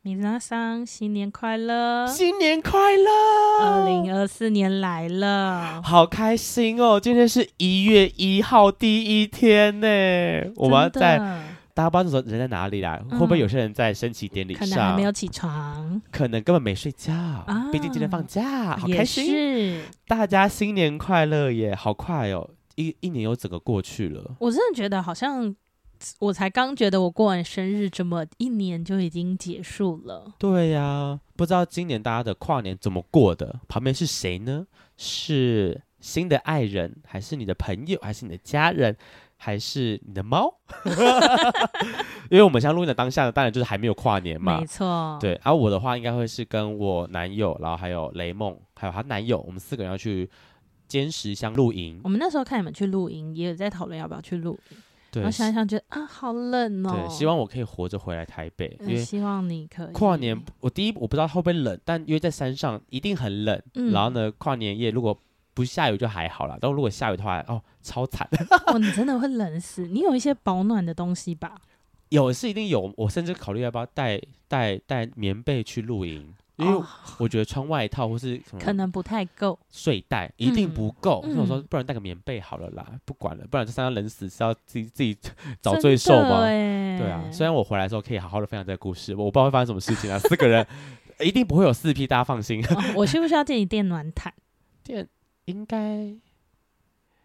米娜桑，新年快乐！新年快乐！啊二零二四年来了，好开心哦！今天是一月一号第一天呢，我们要真的在大家不知道那时候人在哪里啦，嗯会不会有些人在升旗典礼可能还上没，有起床，可能根本没睡觉，毕竟今天放假，好开心！也是，大家新年快乐耶！好快哦，一一年又整个过去了。我真的觉得好像我才刚觉得我过完生日，这么一年就已经结束了。对呀、不知道今年大家的跨年怎么过的？旁边是谁呢？是新的爱人，还是你的朋友，还是你的家人，还是你的猫？ 因为我们现在录音的当下呢，当然就是还没有跨年嘛没。错，对，而、我的话应该会是跟我男友，然后还有雷梦，还有她男友，我们四个人要去尖石乡露营我。们那时候看你们去露营，也有在讨论要不要去露营，对然后，想一想觉得啊，好冷哦。对，希望我可以活着回来台北，因呃为希望你可以跨年，我第一我不知道会不会冷，但因为在山上一定很冷。嗯然后呢，跨年夜如果不下雨就还好啦，但如果下雨的话，哦，超惨。 哇，你真的会冷死。你有一些保暖的东西吧？ 有是一定有，我甚至考虑要不要带带带棉被去露营，因为哦我觉得穿外套或是什可么能不太够。睡袋一定不够。所以我说，嗯不然带个棉被好了啦，不管了，不然这山上冷死是要自己自己找真罪受的吗？欸对啊，虽然我回来的时候可以好好的分享这个故事，我不知道会发生什么事情啊。四个人 一定不会有四批，大家放心。 哦我需不需要借你电暖毯，电应该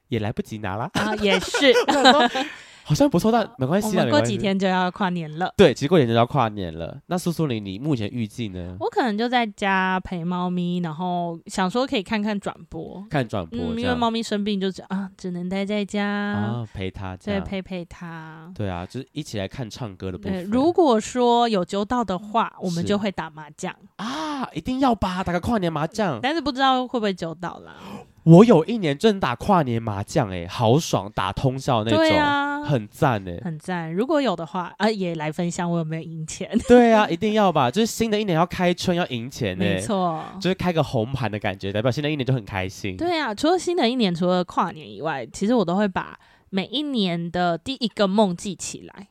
也来不及拿啦 啊？也是，我想说好像不错，但没关我系啊，们没过关几系。天就要跨年了。对，其实过年就要跨年了。那苏苏玲，你目前预计呢？我可能就在家陪猫咪，然后想说可以看看转播，看转嗯，播这因为样猫咪生病就只啊只能待在家，啊，陪他这再样。陪陪它。对啊，就是一起来看唱歌的部对，分。如果说有揪到的话，我们是就会打麻将，啊，一定要吧，打个跨年麻将。但是不知道会不会揪到啦。我有一年正打跨年麻将，哎，好爽，打通宵那对种，啊，很赞哎。很赞。如果有的话，啊，也来分享我有没有赢钱。对啊，一 定要吧，就是新的一年要开春，要赢钱没哎，错，就是开个红盘的感觉，代表新的一年就很开心。对啊，除了新的一年，除了跨年以外，其实我都会把每一年的第一个梦记起来。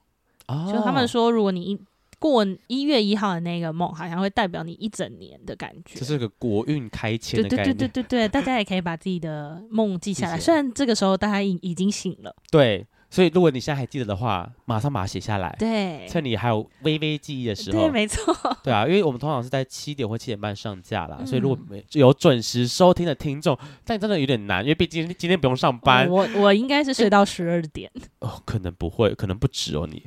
哦，就他们说，如果你一过一月一号的那个梦，好像会代表你一整年的感觉。这是个国运开签对的概对念对。对对对，大家也可以把自己的梦记下来。记起来虽然这个时候大家已已经醒了，对所以如果你现在还记得的话，马上把它写下来，对哎趁你还有微微记忆的时对，候。没错，对啊，因为我们通常是在七点或七点半上架啦，嗯所以如果没有准时收听的听众，但真的有点难，因为毕竟今天不用上班，我我应该是睡到十二点。哦，可能不会，可能不止哦你，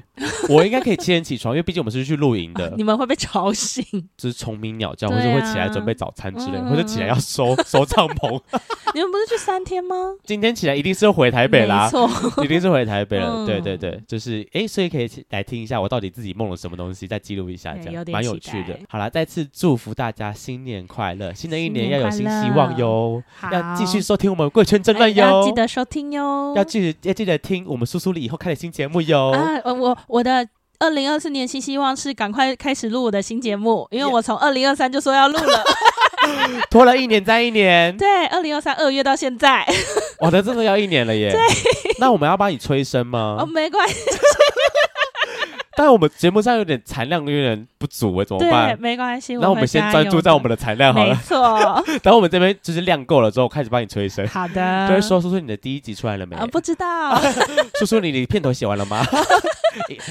我应该可以七点起床，因为毕竟我们是去露营的，啊你们会被吵 醒？就是虫鸣鸟叫，对或啊者会起来准备早餐之类，嗯或者起来要收收帐篷， 你们不是去三天吗？今天起来一定是要回台北啦，没错，一定是回台北了。嗯对对对，就是诶，所以可以去来听一下我到底自己梦了什么东西，再记录一下，对这有样点蛮有期趣的待。好啦，再次祝福大家新年快乐，新的一新年要年有快新希望乐哟， 要好继续收听我们贵圈争哎论要哟，记得收听哟，要记得要记得听我们苏苏里以后开的新节目哟。啊，呃我我的二零二四年新希望是赶快开始录我的新节目，因为 Yeah 我从二零二三就说要录了， 拖了一年再一年，对，二零二三二月到现在，啊我的真的要一年了耶。那我们要帮你催生哦，吗？没关系，但我们节目上有点产量有点不足哎，怎么对，办？没关系，那我们先专注在我们的产量好没了，错， 等我们这边就是量够了之后，我开始帮你催生。好的，就会说叔叔你的第一集出来了没？啊，呃 不知道，叔叔你你片头写完 了吗？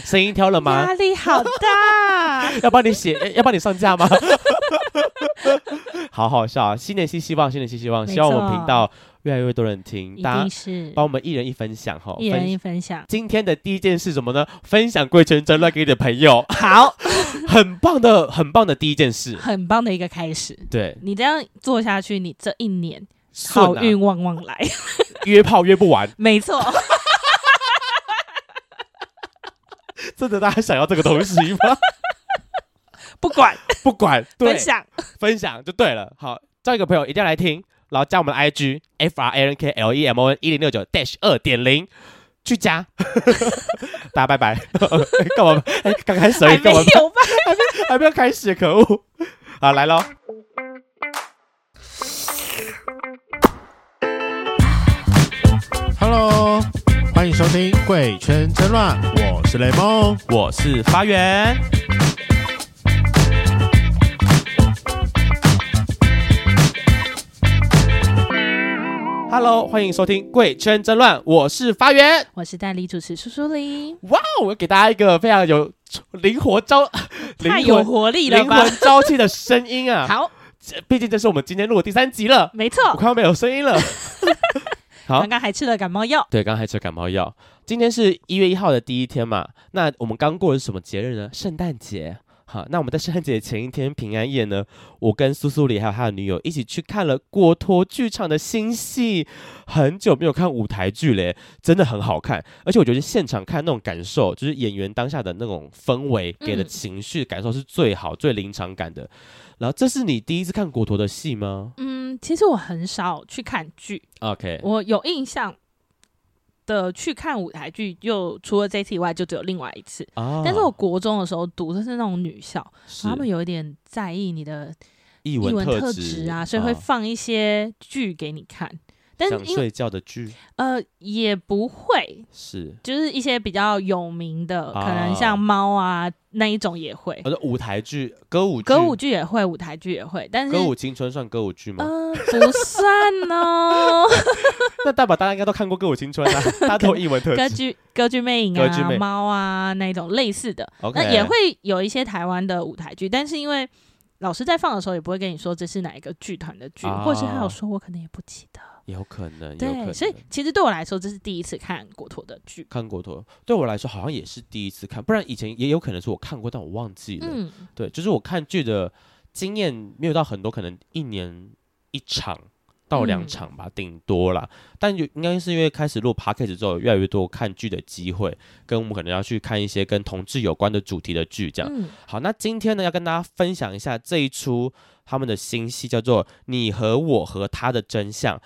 声音挑了吗压？力好大， 要帮你写， 要要帮你上架吗？好好笑啊！新年新希望，新年新希望，没错希望我们频道越来越多人听，一大定家是帮我们一人一分享哈。一人一分分享，今天的第一件事什么呢？分享贵圈争乱给你的朋友， 好，很棒的，很棒的第一件事。很棒的一个开始。对，你这样做下去，你这一年顺好啊，运旺旺来， 约炮约不完， 没错，真的大家想要这个东西吗？ 不管不管，对分，享，分享就对了。好，交一个朋友一定要来听，然后加我们的 IG F R A N K L E M O N 一零六九 dash 二点零。去加， 大家拜 拜。干嘛？哎刚开始而已还没干嘛？ 有吧？还没有开始，可恶！好，来喽。 Hello，欢迎收听《贵圈争乱》，我是雷梦。我是发源。Hello，欢迎收听《贵圈争乱》，我是发源。我是代理主持苏苏林，哇哦，我给大家一个非常有灵活 招、太灵有魂、活力了灵吧？魂朝气的声音啊！好，这毕竟这是我们今天录的第三集了，没错，我快要没有声音了。好刚刚还吃了感冒药，对，刚才吃感冒药。今天是一月一号的第一天嘛，那我们刚过的是什么节日呢？圣诞节。好，那我们在圣诞节前一天平安夜呢，我跟苏苏里还有他的女友一起去看了国托剧场的新戏，很久没有看舞台剧嘞，真的很好看。而且我觉得现场看那种感受，就是演员当下的那种氛围给的嗯情绪感受是最好、最临场感的。然后，这是你第一次看国托的戏吗嗯，其实我很少去看剧， ？OK，我有印象的去看舞台剧，就除了这次以外，就只有另外一次。啊但是我国中的时候读的是那种女校，是他们有一点在意你的译译文文特质质啊，所以会啊放一些剧给你看。但想因为睡觉的剧呃也不会，是，就是一些比较有名的，可能啊像猫啊那一种也会，而且呃舞台剧、歌舞剧、歌舞剧也会，舞台剧也会，但是歌舞青春算歌舞剧吗？嗯、不算哦， 那代表大家应该都看过歌舞青春啊，大家都有英文特歌质。剧歌剧魅影歌剧啊魅、影猫啊那一种类似的 OK，那也会有一些台湾的舞台剧，但是因为。老师在放的时候也不会跟你说这是哪一个剧团的剧，或是还啊有说我可能也不记得。有可能，有可对，能。所以其实对我来说，这是第一次看国托的剧。看国头对我来说好像也是第一次看，不然以前也有可能是我看过，但我忘记了。嗯，对，就是我看剧的经验没有到很多，可能一年一场到两嗯场吧，顶、多啦。但有应该是因为开始录 podcast 之后，越来越多看剧的机会，跟我们可能要去看一些跟同志有关的主题的剧这样。嗯，好，那今天呢要跟大家分享一下这一出他们的新戏，叫做《你和我和他的真相》。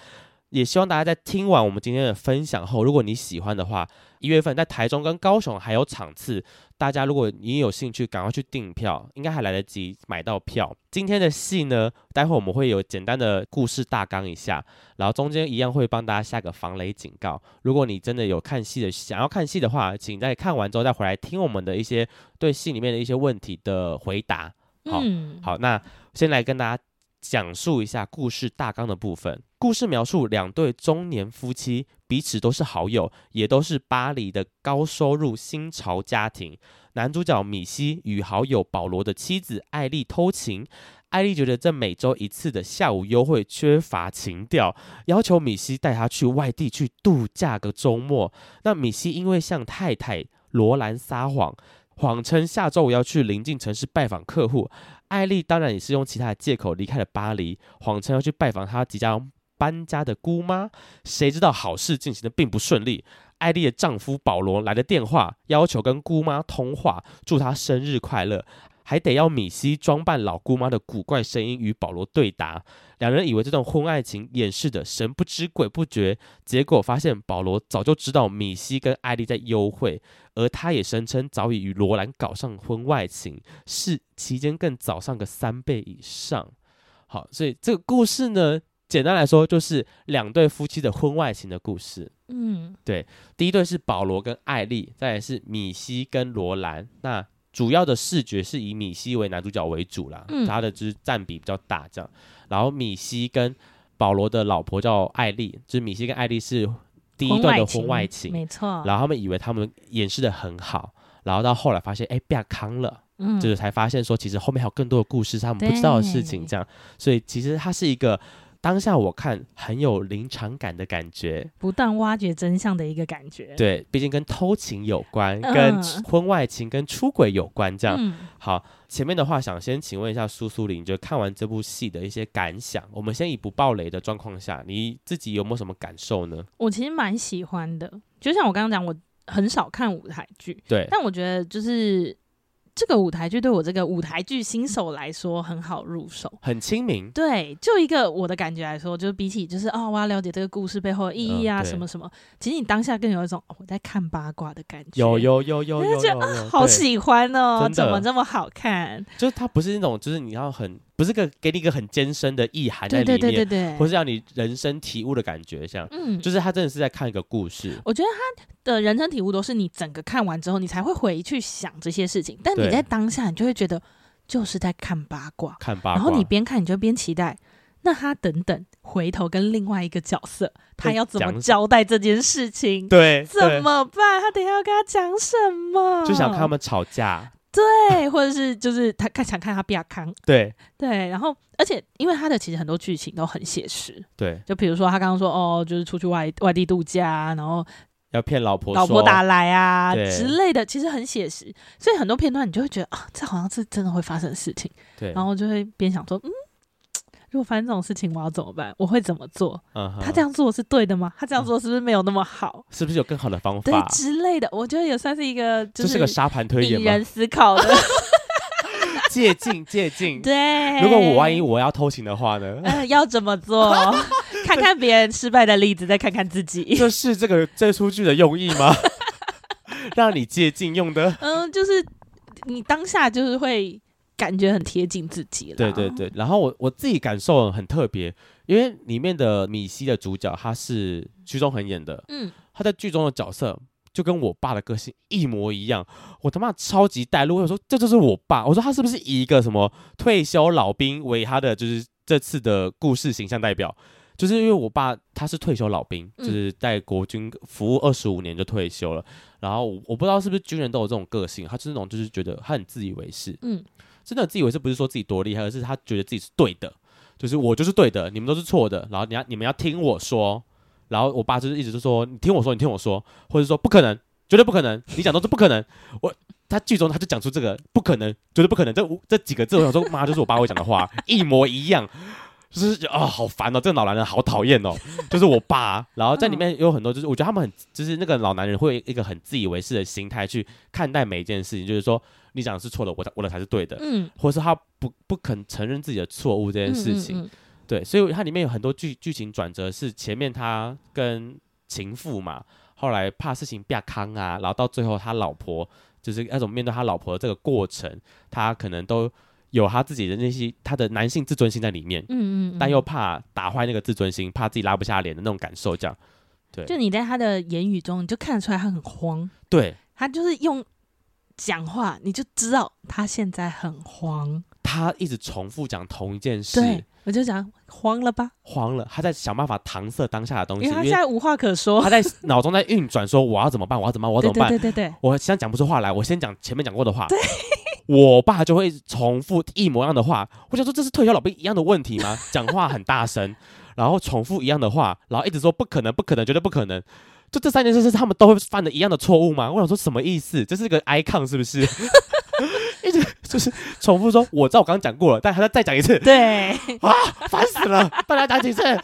也希望大家在听完我们今天的分享后，如果你喜欢的话，一月份在台中跟高雄还有场次，大家如果你有兴趣，赶快去订票，应该还来得及买到票。今天的戏呢，待会我们会有简单的故事大纲一下，然后中间一样会帮大家下个防雷警告。如果你真的有看戏的想要看戏的话，请在看完之后再回来听我们的一些对戏里面的一些问题的回答。好嗯，好，那先来跟大家讲述一下故事大纲的部分。故事描述两对中年夫妻，彼此都是好友，也都是巴黎的高收入新潮家庭。男主角米西与好友保罗的妻子艾丽偷情，艾丽觉得这每周一次的下午幽会缺乏情调，要求米西带她去外地去度假个周末。那米西因为向太太罗兰撒谎，谎称下周我要去邻近城市拜访客户，艾丽当然也是用其他的借口离开了巴黎，谎称要去拜访她即将搬家的姑妈。谁知道好事进行的并不顺利，艾丽的丈夫保罗来了电话，要求跟姑妈通话，祝她生日快乐。还得要米西装扮老姑妈的古怪声音与保罗对答，两人以为这段婚外情掩饰的神不知鬼不觉，结果发现保罗早就知道米西跟艾丽在幽会，而他也声称早已与罗兰搞上婚外情，是期间更早上个三倍以上。好，所以这个故事呢，简单来说就是两对夫妻的婚外情的故事。嗯，第一对是保罗跟艾丽，再来是米西跟罗兰。那主要的视觉是以米西为男主角为主啦，嗯他的就是占比比较大这样。然后米西跟保罗的老婆叫艾丽，就是米西跟艾丽是第一段的婚外情，没错。然后他们以为他们掩饰的很好，然后到后来发现，哎，被他坑了。嗯，就是才发现说，其实后面还有更多的故事是他们不知道的事情，对这样，所以其实它是一个当下我看很有临场感的感觉，不断挖掘真相的一个感觉。，对，毕竟跟偷情有关，嗯跟婚外情、跟出轨有关，这样。嗯，好，前面的话想先请问一下苏苏玲，就看完这部戏的一些感想，我们先以不爆雷的状况下，你自己有没有什么感受呢？我其实蛮喜欢的，就像我刚刚讲，我很少看舞台剧，对，但我觉得就是这个舞台剧对我这个舞台剧新手来说很好入手。很亲民，对，就一个我的感觉来说，就是比起就是哦，我要了解这个故事背后的意义啊，嗯对什么什么，其实你当下更有一种、哦我在看八卦的感觉。有，有有有 有就觉啊有有，好对喜欢哦，真的怎么这么好看？就是它不是那种，就是你要很不是个给你一个很艰深的意涵在对里面，对对对对或，是让你人生体悟的感觉，像哎嗯，就是他真的是在看一个故事，我觉得他的人生体悟都是你整个看完之后，你才会回去想这些事情。但你对在当下，你就会觉得就是在看八卦，看八然卦，后你边看你就边期待。那他等等回头跟另外一个角色，他要怎讲么什交代这件事情？对怎么办？他等一下要跟他讲什么？对就想看他们吵架，对，或者是就是他看想看他比亚康对对，然后而且因为他的其实很多剧情都很写实，对，就比如说他刚刚说哦，就是出去外外地度假啊，然后要骗老婆说，老婆打来啊对之类的，其实很写实，所以很多片段你就会觉得啊，这好像是真的会发生的事情，对，然后就会边想说，嗯，如果发生这种事情，我要怎么办？我会怎么做？嗯哼他这样做是对的吗？他这样做是不是没有那么好？是不是有更好的方对啊法？之类的，我觉得也算是一个就这是是个沙盘推演引吗人？思考 的。借 镜借镜，对，如果我万一我要偷情的话呢？呃要怎么 做，看看别人失败的例子，再看看自己。这是这个这出剧的用意 吗？让你借镜用的？嗯，就是你当下就是会感觉很贴近自己了。对对，对，然后我我自己感受很特别，因为里面的米西的主角他是徐宗恒演的，嗯，他在剧中的角色就跟我爸的个性一模一样，我他妈超级带入，我说这就是我爸，我说他是不是以一个什么退休老兵为他的就是这次的故事形象代表？就是因为我爸他是退休老兵，就嗯是在国军服务二十五年就退休了，然后我我不知道是不是军人都有这种个性，他就是那种就是觉得他很自以为是，嗯，真的自以为是不是说自己多厉害，而是他觉得自己是对的，就是我就是对的，你们都是错的，然后你要你们要听我说，然后我爸就是一直就说你听我说，你听我说，或者说不可能，绝对不可能，你讲都是不可能，我他剧中他就讲出这个不可能，绝对不可能这五这几个字，我想说妈就是我爸会讲的话， 一模一样。就是啊、好烦哦！这个老男人好讨厌哦，就是我爸。然后在里面有很多，就是我觉得他们很，就是那个老男人会有一个很自以为是的心态去看待每一件事情，就是说你讲的是错的，我的我的才是对的。嗯，或是他不不肯承认自己的错误这件事嗯，情。嗯嗯对，所以它里面有很多剧剧情转折，是前面他跟情妇嘛，后来怕事情变康啊，然后到最后他老婆就是那种面对他老婆的这个过程，他可能都有他自己的那些他的男性自尊心在里面，嗯嗯嗯，但又怕打坏那个自尊心，怕自己拉不下脸的那种感受，这样。对，就你在他的言语中，你就看得出来他很慌，对他就是用讲话，你就知道他现在很慌。他一直重复讲同一件事对，，我就想慌了吧，慌了，他在想办法搪塞当下的东因为西，因他为现在无话可说 他。在脑中在运转，说我要怎么办？我要怎么办？我要怎对么办？对对对对，我现在讲不出话来，我先讲前面讲过的话。 我爸就会重复一模一样的话，我想说这是退休老兵一样的问题吗？ 讲话很大声，然后重复一样的话，然后一直说不可能，不可能，绝对不可能。就这三件事是他们都会犯的一样的错误吗？我想说什么意思？这是个 icon 是不 是？一直就是重复说，我知道我刚刚讲过了，但还要再讲一次， 啊对，烦死了！大家讲几次？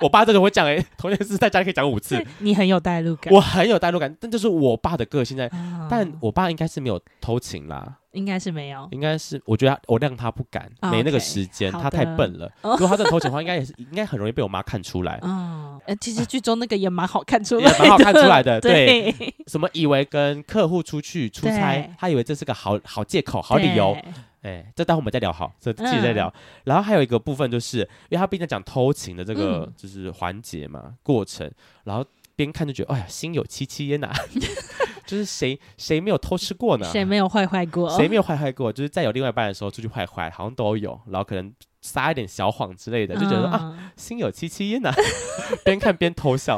我爸这种会讲诶、同件事在家里可以讲五次，你很有代入感。我很有代入感，但就是我爸的个性在啊 但我爸应该是没有偷情啦，应该是没有。应该是我觉得他我让他不敢，哦没那个 OK，时间，好他太的笨了。哦如果他真的偷情的话，应该也是应该很容易被我妈看出来，嗯，呃，其实剧中那个也蛮好看出也来的，蛮好看出来的。对， 对，什么以为跟客户出去出差对，他以为这是个好好借口、好理由。对。嗯哎，这待会我们再聊好，这继续再聊。然后还有一个部分，就是因为他毕竟讲偷情的这个嗯就是环节嘛，过程，然后边看就觉得，哎呀，心有戚戚焉呐、 就是谁谁没有偷吃过呢？谁没有坏坏过？谁没有坏坏过？就是在有另外一半的时候出去坏坏，好像都有，然后可能撒一点小谎之类的，就觉得、啊，嗯心有戚戚焉呐、 边看边偷笑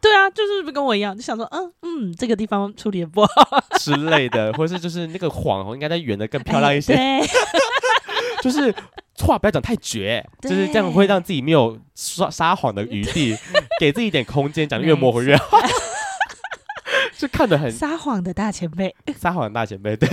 对啊，就是不是跟我一样，就想说，嗯嗯，这个地方处理的不好，之类的，或是就是那个谎应该再圆的更漂亮一些，哎对，就是话不要讲太绝，就对是这样会让自己没有撒撒谎的余地，给自己一点空间，讲得越模糊越好。 就看 得很撒谎的大前辈，撒谎的大前辈，对，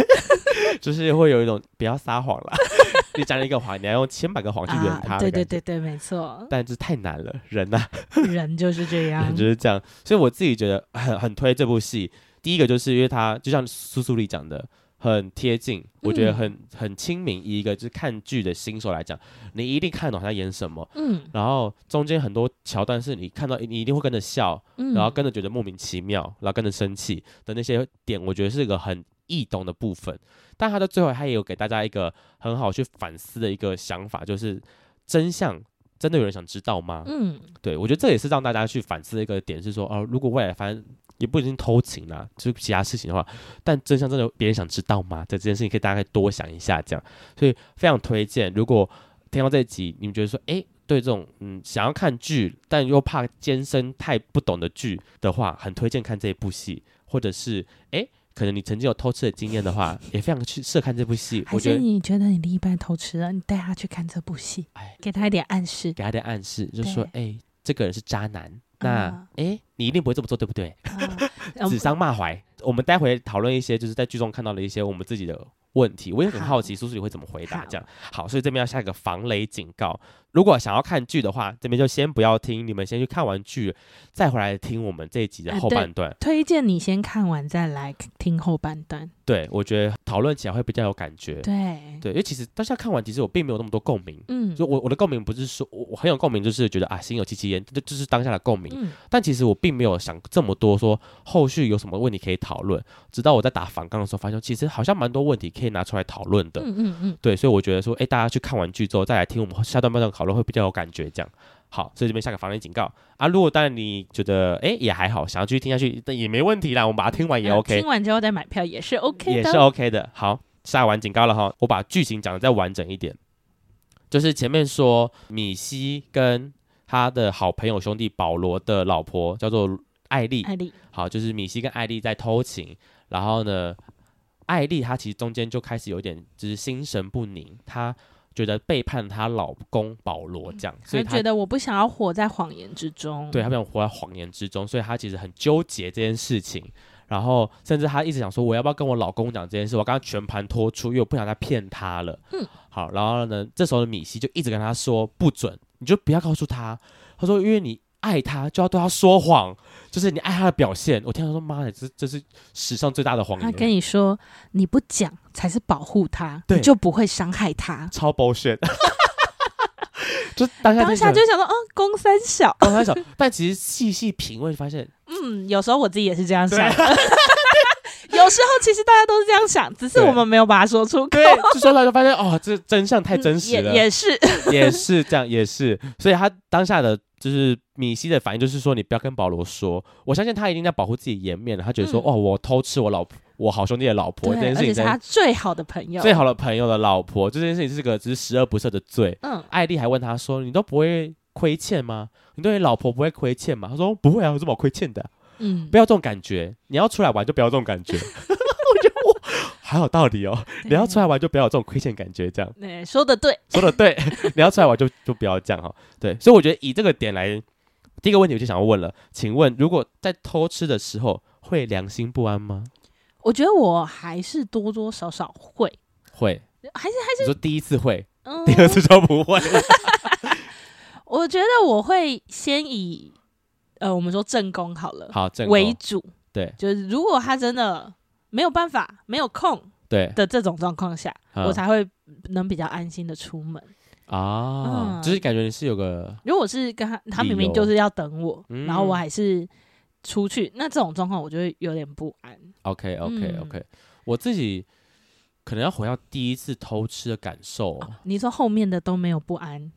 就是会有一种不要撒谎啦， 你讲了一个谎，你要用千百个谎去圆它、啊，对对，对对，没错，但这太难了，人呐、 人就是这样人，就是这样。所以我自己觉得很很推这部戏。第一个就是因为它就像苏苏丽讲的，很贴近，我觉得很很亲民。以一个就是看剧的新手来讲，你一定看懂他演什么，嗯然后中间很多桥段是你看到你一定会跟着笑，嗯，然后跟着觉得莫名其妙，然后跟着生气的那些点，我觉得是一个很易懂的部分。但他到最后，他也有给大家一个很好去反思的一个想法，就是真相真的有人想知道吗？嗯对我觉得这也是让大家去反思的一个点，是说哦、如果未来反正也不一定偷情啦，就是其他事情的话，但真相真的别人想知道吗？这这件事情可以大概多想一下，这样，所以非常推荐。如果听到这一集，你们觉得说，诶，对这种嗯想要看剧但又怕艰深太不懂的剧的话，很推荐看这一部戏，或者是诶，可能你曾经有偷吃的经验的话，也非常去适合看这部戏。还我觉是得你觉得你另一半偷吃啊了，你带他去看这部戏哎，给他一点暗 示。给他点暗示，就说，诶，这个人是渣男，啊那诶，你一定不会这么做，对不对？啊嗯 指桑骂槐。我们待会讨论一些就是在剧中看到的一些我们自己的问题，我也很好好奇叔叔你会怎么回答好这样。好，所以这边要下一个防雷警告，如果想要看剧的话，这边就先不要听，你们先去看完剧，再回来听我们这一集的哎后对半段。推荐你先看完再来听后半段。对我觉得讨论起来会比较有感觉。对，对，因为其实到现在看完，其实我并没有那么多共鸣。嗯就我我的共鸣不是说我我很有共鸣，就是觉得啊心有戚戚焉，这这就是当下的共鸣。嗯但其实我并没有想这么多，说后续有什么问题可以讨论。直到我在打反纲的时候，发现其实好像蛮多问题可以拿出来讨论的。嗯嗯嗯，对，所以我觉得说，哎，大家去看完剧之后再来听我们下段半段讨论会比较有感觉。这样好，所以这边下个防雷警告啊。如果当然你觉得哎也还好，想要继续听下去，但也没问题啦，我们把它听完也呃 OK，、听完之后再买票也是 OK 也的。是 OK 的。好，下完警告了哈，我把剧情讲的再完整一点。就是前面说米西跟他的好朋友兄弟保罗的老婆叫做艾丽，艾丽，好，就是米西跟艾丽在偷情，然后呢，艾丽她其实中间就开始有点就是心神不宁，她觉得背叛她老公保罗这样，所以嗯她她觉得我不想要活在谎言之中。对她不想活在谎言之中，所以她其实很纠结这件事情。然后，甚至她一直想说，我要不要跟我老公讲这件事？我刚刚全盘托出，因为我不想再骗他了。嗯，好，然后呢，这时候的米西就一直跟她说不准，你就不要告诉他。她说，因为你爱他，就要对他说谎，就是你爱他的表现。我听到说，妈的，这这是史上最大的谎他言。跟你说，你不讲才是保护他，对你就不会伤害他。超 bullshit。就当下当下就想说，嗯，公三小，当下想，但其实细细品味发 现，嗯，有时候我自己也是这样想。 有时候其实大家都是这样想，只是对我们没有把它说出口。对，就说到就发现，哦，这真相太真实了，嗯也也是 也是这样，也是。所以他当下的就是米西的反应，就是说你不要跟保罗说。我相信他一定在保护自己颜面的，他觉得说，嗯哦，我偷吃我老婆，我好兄弟的老婆这对，件而事且情是真他的，最好的朋友。最好的朋友的老婆，这件事情是个只是十恶不赦的罪。嗯，艾丽还问他说：“你都不会亏欠吗？你对你老婆不会亏欠吗？”他说：“不会啊，有什么好亏欠 的？嗯不，要这种感觉，你要出来玩就不要这种感觉。”我觉得我好有道理哦，你要出来玩就不要有这种亏欠感觉，这样。对，说的对，说的对， 你要出来玩就就不要这样哈。对，所以我觉得以这个点来，第一个问题我就想要问了，请问如果在偷吃的时候会良心不安吗？我觉得我还是多多少少会，会，还是你说第一次会， 嗯，第二次就不会了。我觉得我会先以呃，我们说正宫好了 好，正宫为主，对就是如果他真的没有办法、没有空对，的这种状况下，嗯我才会能比较安心的出门。啊，嗯就是感觉你是有个如果是跟他，他理明明由就是要等我，嗯然后我还是出去，那这种状况我就会有点不安。 OK OK 嗯 OK，、我自己可能要回到第一次偷吃的感受哦，你说后面的都没有不安，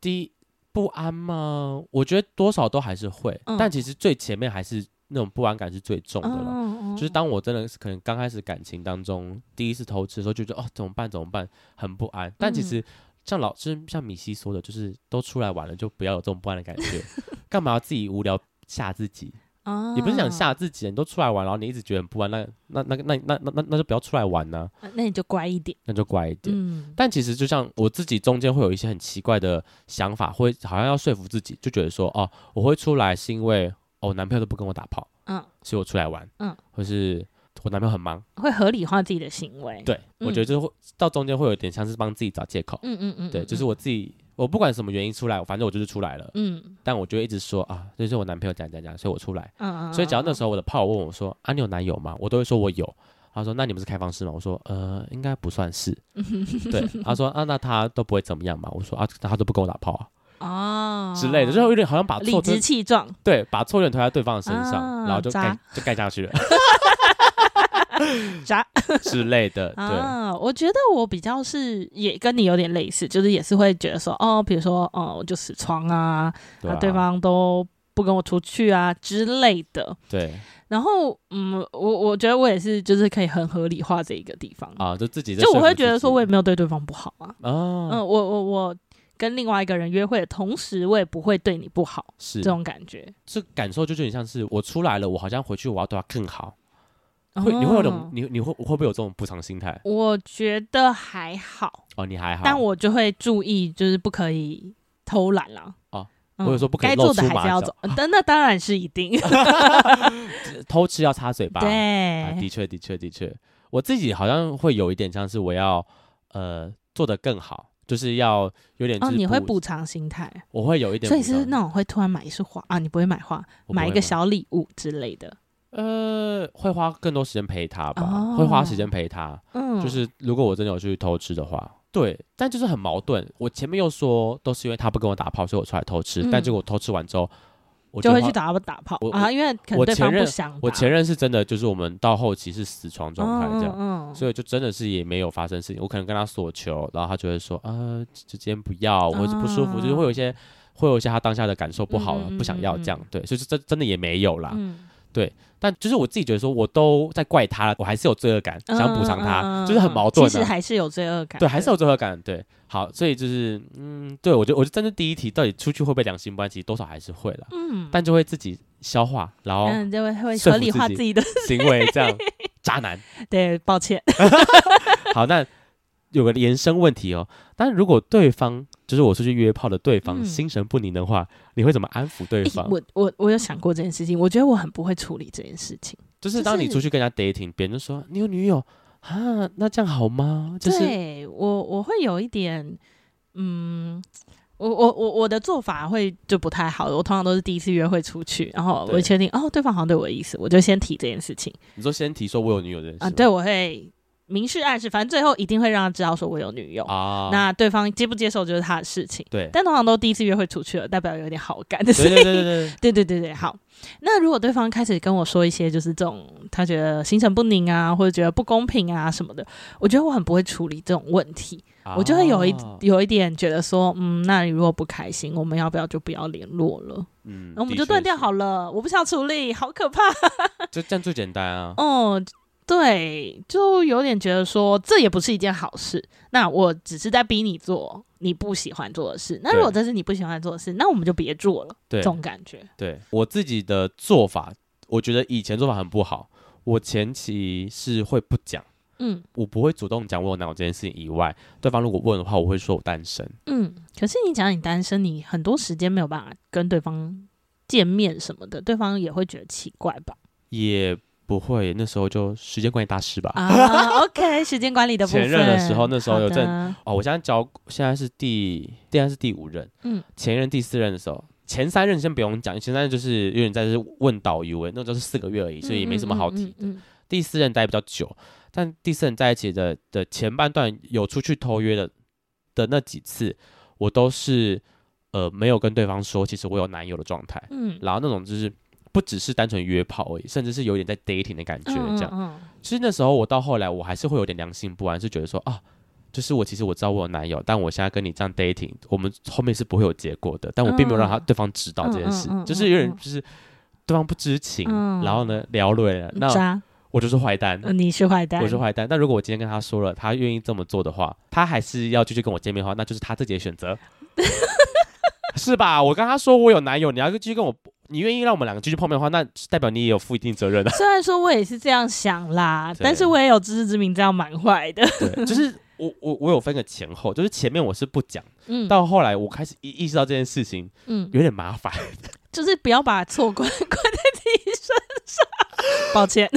第一不安吗？我觉得多少都还是会，嗯但其实最前面还是那种不安感是最重的了。嗯就是当我真的是可能刚开始感情当中第一次偷吃的时候，就觉得哦怎么办怎么办，很不安。但其嗯实像老就是像米西说的，就是都出来玩了，就不要有这种不安的感 觉，干嘛要自己无聊吓自己？啊也不是想，吓自己，你都出来玩，然后你一直觉得很不安，那那那那那那那那就不要出来玩呐、啊那你就乖一点。那就乖一点。嗯，但其实就像我自己中间会有一些很奇怪的想法，会好像要说服自己，就觉得说哦，我会出来是因为哦，我男朋友都不跟我打炮，嗯，所以我出来玩，嗯，或是我男朋友很忙，会合理化自己的行为。，对，我觉得就是会到中间会有点像是帮自己找借口，嗯嗯嗯，对，嗯就是我自己，我不管什么原因出来，反正我就是出来了，嗯但我就一直说啊，就是我男朋友讲讲讲，所以我出来，嗯嗯，所以只要那时候啊候我的炮友问我说啊，你有男友吗？我都会说我有，他说：“那你们是开放式吗？”我说：“呃，应该不 算是。对，他说：“啊，那他都不会怎么样嘛？”我说：“啊，他都不跟我打炮啊、哦之类的。”就是有点好像把理错直推气壮，对，把错点推在对方的身上，啊然后就盖渣就盖下去了 渣之类的。对，啊！我觉得我比较是也跟你有点类似，就是也是会觉得说，哦，比如说，哦、我就死床啊，对、啊啊，对方都不跟我出去啊之类的。对然后，嗯，我我觉得我也是，就是可以很合理化这一个地方，啊，就自己在就我说会服觉自得说，己我也没有对对方不好啊。哦，嗯，我我我跟另外一个人约会的同时，我也不会对你不好，是这种感觉。这感受就有点像是我出来了，我好像回去我要对他更好，会你会有种哦你你会会不会有这种补偿心态？我觉得还好，哦，你还好，但我就会注意，就是不可以偷懒啦。哦嗯，我有时候不可以该露做的出还马是要脚做， 但那当然是一 定。 偷吃要擦嘴巴，啊，对的，确的确的确，我自己好像会有一点像是我要呃做的更好，就是要有点就哦，是你会补，偿心态，我会有一点所补偿，以是那种会突然买一束花啊，你不会买花，我不买一会个小礼物之类的。呃会花更多时间陪他吧，哦会花时间陪他，嗯，就是如果我真的有去偷吃的话，对，但就是很矛盾。我前面又说都是因为他不跟我打炮，所以我出来偷吃，嗯但结果我偷吃完之后，我就觉会得去他。打打炮我啊，因为可能我对方前不任想打。我前任是真的，就是我们到后期是死床状态这样，嗯嗯嗯所以就真的是也没有发生事情。我可能跟他索求，然后他就会说，呃，就今天不要，我是不舒啊服，就是会有一些会有一些他当下的感受不好，嗯嗯嗯不想要嗯这样，对，所以就真真的也没有啦。嗯，但就是我自己觉得说，我都在怪他了，我还是有罪恶感，想补偿他，嗯嗯嗯就是很矛盾、啊。其实还是有罪恶感的，对，还是有罪恶感。对，好，所以就是，嗯，对我觉得，我觉得真的第一题，到底出去会不会良心不安，其实多少还是会啦，嗯，但就会自己消化，然后嗯，就会会说合服理化自己自己的。 行为这样，渣男。对，抱歉，好，那有个延伸问题哦，但如果对方就是我出去约炮的对方、嗯心神不宁的话，你会怎么安抚对诶方？ 我我我有想过这件事情，我觉得我很不会处理这件事情。就是就当你是出去跟人家 dating，别人就说你有女友啊，那这样好吗？就是对我我会有一点，嗯，我我我我的做法会就不太好。我通常都是第一次约会出去，然后我对会确定哦，对方好像对我有意思，我就先提这件事情你说先提说我有女友这件事啊。吗对，我会明示暗示，反正最后一定会让他知道说我有女友。啊，那对方接不接受就是他的事情，对，但通常都第一次约会出去了，代表有点好感，所对以对对对对， 对对对对，好。那如果对方开始跟我说一些就是这种他觉得心神不宁啊，或者觉得不公平啊什么的，我觉得我很不会处理这种问题，我就会有一啊有一点觉得说，嗯，那你如果不开心，我们要不要就不要联络了？嗯，那我们的就确断掉是好了，我不想处理，好可怕。就这样最简单啊。哦，对，就有点觉得说这也不是一件好事。那我只是在逼你做你不喜欢做的事。那如果这是你不喜欢做的事，那我们就别做了，对这种感觉。对，我自己的做法，我觉得以前做法很不好。我前期是会不讲，嗯我不会主动讲我有男友这件事情以外，对方如果问的话，我会说我单身。嗯，可是你讲你单身，你很多时间没有办法跟对方见面什么的，对方也会觉得奇怪吧？也不会，那时候就时间管理大师吧。 啊，OK，时间管理的部分。前任的时候那时候有好的哦，我现在教，现在是第，现在是第五任，嗯前任第四任的时候，前三任先不用讲，前三任就是有点在是问导游文，那就是四个月而已，所以也没什么好提的。嗯嗯嗯嗯第四任待比较久，但第四任在一起的的前半段有出去偷约的的那几次，我都是呃没有跟对方说，其实我有男友的状态，嗯然后那种就是不只是单纯约炮而已，甚至是有点在 dating 的感觉这样。嗯其实那时候我到后来，我还是会有点良心不安，是觉得说啊，就是我其实我知道我有男友，但我现在跟你这样 dating，我们后面是不会有结果的。但我并没有让他嗯对方知道这件事，嗯嗯嗯就是有嗯点嗯就是对方不知情，嗯然后呢聊累了，嗯那渣，我就是坏蛋。呃你是坏蛋，我是坏蛋，但如果我今天跟他说了，他愿意这么做的话，他还是要继续跟我见面的话，那就是他自己的 选择，是吧？我跟他说我有男友，你要继续跟我，你愿意让我们两个继续碰面的话，那代表你也有负一定责任 啊 的。虽然说我也是这样想啦，对但是我也有自知之明，这样蛮坏 的。对，就是我我我有分个前后，就是前面我是不讲，嗯到后来我开始意意识到这件事情嗯，有点 麻烦，就是不要把错怪怪在自己身上。 抱歉，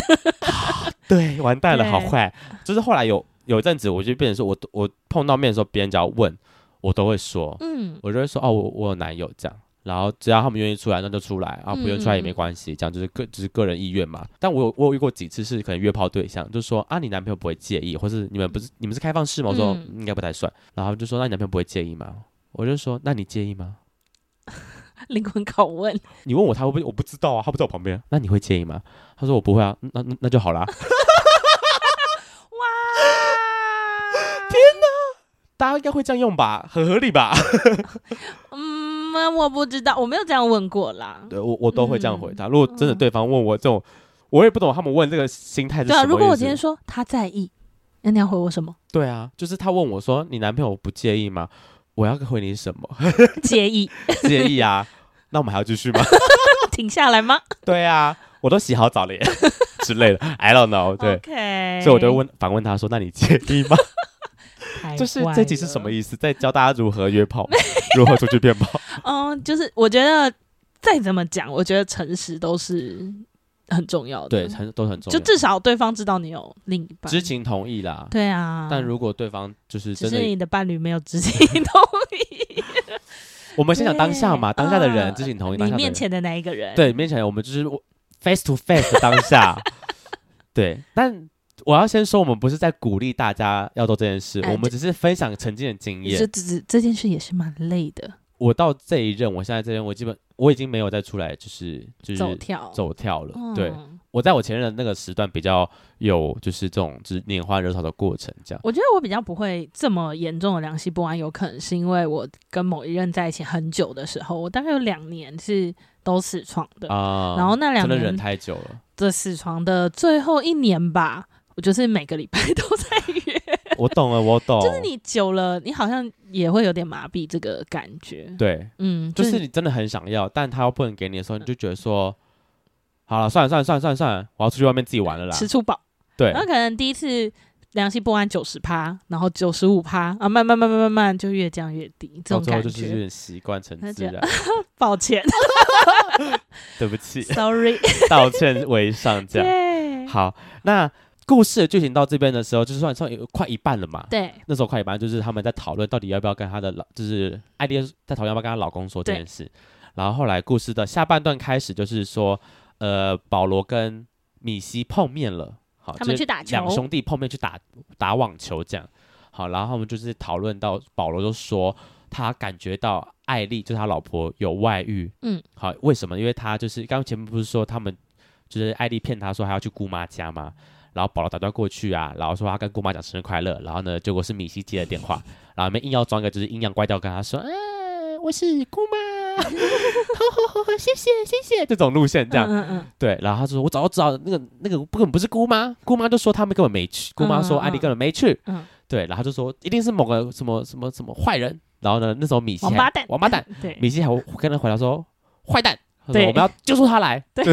对，完蛋了，对好坏。就是后来有有一阵子，我就变成说我我碰到面的时候，别人只要问我都会说，嗯我就会说哦，我我有男友这样，然后只要他们愿意出来，那就出来啊，不愿意出来嗯也没关系，这样就是个就是个人意愿嘛。但我有我有遇过几次是可能约炮对象就说啊，你男朋友不会介意，或是你们不是你们是开放式吗？我说、嗯应该不太算，然后他们就说那你男朋友不会介意吗？我就说那你介意吗？ 灵魂拷问，你问我他会不会？我不知道啊，他不在我旁边，那你会介意吗？他说我不会啊，那那那就好啦。 哇，大家应该会这样用吧，很合理吧？嗯，那我不知道，我没有这样问过啦。对我我都会这样回答。如果真的对方问我这种，我也不懂他们问这个心态是嗯对什么意啊，思。如果我今天说他在意，那你要回我什么？ 对啊，就是他问我说：“你男朋友不介意吗？”我要回你什么？介意？ 介意 啊？那我们还要继续吗？停下来吗对啊，我都洗好澡了 耶之类的。I don't know。对， ？OK，所以我就问反问他说：“那你介意吗？”问就是这集是什么思？意思？在教大家如何约 炮吗，如何出去骗 炮？嗯，就是我觉得再怎么讲，我觉得诚实都是很重要的。对，很都很重就要。至少对方知道你有另一半。知情同意啦。对啊，但如果对方就是只真是的，你的伴侣没有知情同意，我们先讲当下嘛，对当下的人呃知情同意，当你下的人面前的那一个人，，对，面前我们就是 face to face 的当 下，对。但我要先说，我们不是在鼓励大家要做这件事，哎我们只是分享曾经的经这验。这这件事也是蛮累的，我到这一任，我现在这任，我基本我已经没有再出来，就是就是走跳，走跳了。嗯对，我在我前任的那个时段比较有就是这种就是拈花惹草的过程，这样。我觉得我比较不会这么严重的良心不安，有可能是因为我跟某一任在一起很久的时候，我大概有两年是都死床的，啊、然后那两真的忍年太久了，的死床的最后一年吧，我就是每个礼拜都在约，我懂了，我懂。 就是你久了，你好像也会有点麻痹这个感觉，对，嗯，就是是你真的很想要，但他又不能给你的时候，你就觉得说，好了，算了算了算了算了算了，我要出去外面自己玩了啦。吃啊出饱。对然，后可能第一次良心不安九十趴，然后九十五趴啊，慢慢慢慢慢慢就越降越低，这到种最感后就是有觉。点习惯成那自就然。抱歉 对不起， ，sorry，道歉为上这 样。对 好，那故事的剧情到这边的时候，就是算算有快一半了嘛。对那时候快一半，就是他们在讨论到底要不要跟她的老，就是艾丽在讨论要不要跟她老公说这件事。然后后来故事的下半段开始，就是说，呃，保罗跟米西碰面了，好，他们就是去打球两兄弟碰面去打打网球这样。好，然后他们就是讨论到保罗就说他感觉到艾丽就是他老婆有外遇，嗯，好，为什么？因为他就是刚刚前面不是说他们就是艾丽骗他说还要去姑妈家吗？然后保罗打电话过去啊，然后说他跟姑妈讲生日快乐，然后呢，结果是米西接的电话，然后他们硬要装个就是阴阳怪调跟他说，啊，我是姑妈，好好好，谢谢谢谢，这种路线这样，嗯嗯嗯，对，然后他就说：“我早就知道那个那个根本不是姑妈，姑妈就说他们根本没去，姑妈说嗯嗯艾丽根本没去。嗯对，然后他就说一定是某个什么什么什么坏人。然后呢，那时候米西还王八蛋，王八蛋，，对，哎米西还跟他回答说坏蛋，他说对我们要揪出他来。对，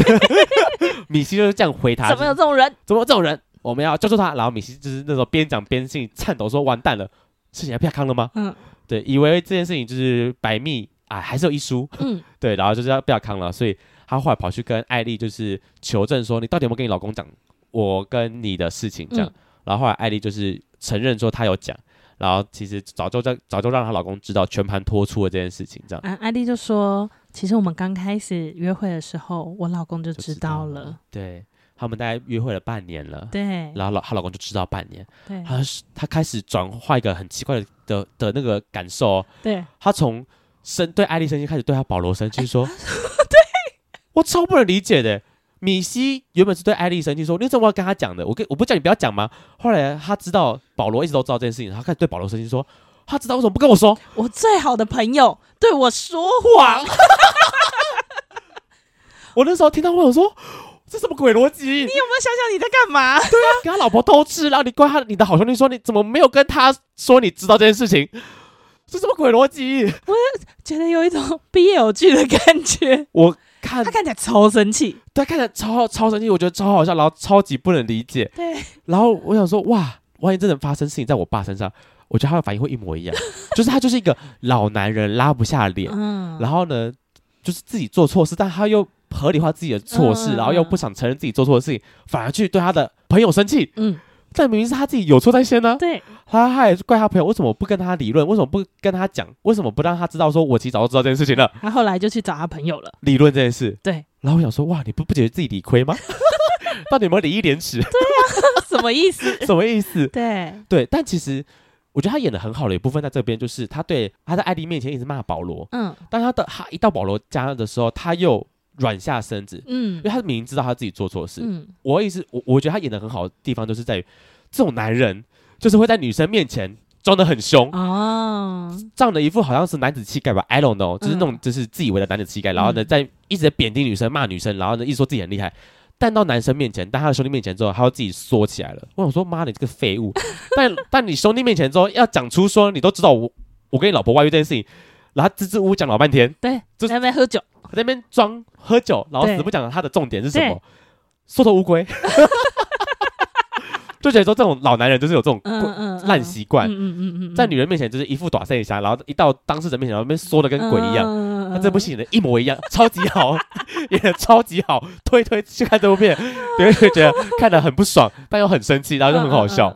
米西就是这样回他，怎么有这种人？怎么有这种人？我们要揪出他。然后米西就是那时候边讲边心里颤抖说完蛋了，事情还不要康了吗？嗯对，以为这件事情就是百密啊，还是有一疏。 嗯，对，然后就是要不要康了，所以他后来跑去跟艾丽就是求证说，你到底有没有跟你老公讲我跟你的事情这样？嗯然后后来艾丽就是承认说她有讲，然后其实早就在早就让她老公知道全盘托出了这件事情这样。啊，艾丽就说，其实我们刚开始约会的时候，我老公就就知道了，，对他们大概约会了半年了，对然后老她老公就知道半年，对她是她开始转化一个很奇怪的的的那个感受、哦，对，他从生对艾丽生气，开始对他保罗生气，哎说：“对 我超不能理解的。”米西原本是对艾丽生气，说：“你怎么要跟他讲的？我跟我不叫你不要讲吗？”后来他知道保罗一直都知道这件事情，他开始对保罗生气，说：“他知道为什么不跟我说我最好的朋友对我说哎谎？”我那时候听到我想说：“这什么鬼逻辑？你你有没有想想你在干嘛？跟他老婆偷吃，然后你怪他你的好兄弟说你怎么没有跟他说你知道这件事情？这什么鬼逻辑？ 觉得有一种 BL 剧的感觉。我 看他看起来超生气，他看起来超超生气，我觉得超好笑，然后超级不能理解。对，然后我想说，哇，万一真的发生事情在我爸身上，我觉得他的反应会一模一样， 就是他就是一个老男人拉不下脸，嗯，然后呢，就是自己做错事，但他又合理化自己的错事，嗯嗯然后又不想承认自己做错的事情，反而去对他的朋友生气，嗯，但明明是他自己有错在先呢、啊对，他他也是怪他朋友，为什么不跟他理论？为什么不跟他讲？为什么不让他知道说我其实早就知道这件 事情了？他后来就去找他朋友了。理论这件事。对，然后我想说，哇，你不不觉得自己理亏吗？到底有没有礼义廉耻？ 什么意思？什么意思？对，对，但其实我觉得他演的很好的一部分在这边，就是他对他在艾莉面前一直骂保罗，嗯但他的他一到保罗家的时候，他又软下身子，嗯因为他明明知道他自己做错事。嗯，我也是，我我觉得他演的很好的地方就是在于，这种男人就是会在女生面前装的很凶，哦，仗着一副好像是男子气概吧，I don't know，就是那种嗯就是自以为的男子气概，然后呢，嗯在一直在贬低女生、骂女生，然后呢，一直说自己很厉害。但到男生面前，但他的兄弟面前之后，他会自己缩起来了。我想说，妈的，你这个 废物！但但你兄弟面前之后，要讲出说你都知道我我跟你老婆外遇这件事情，然后支支吾吾讲老半天，对，就是在那边喝酒，在那边装喝酒，然后对死不讲他的重点是什么对，缩头乌龟， 就觉得说这种老男人就是有这种嗯惯嗯，嗯烂，习惯嗯，嗯嗯嗯，在女人面前就是一副短线一下，然后一到当事人面前，然后那边缩的跟鬼一样。样那这部戏演的一模一样，超级好，演的超级好，推推去看这 部片，你会觉得看得很不爽，但又很生气，嗯然后就很好笑。，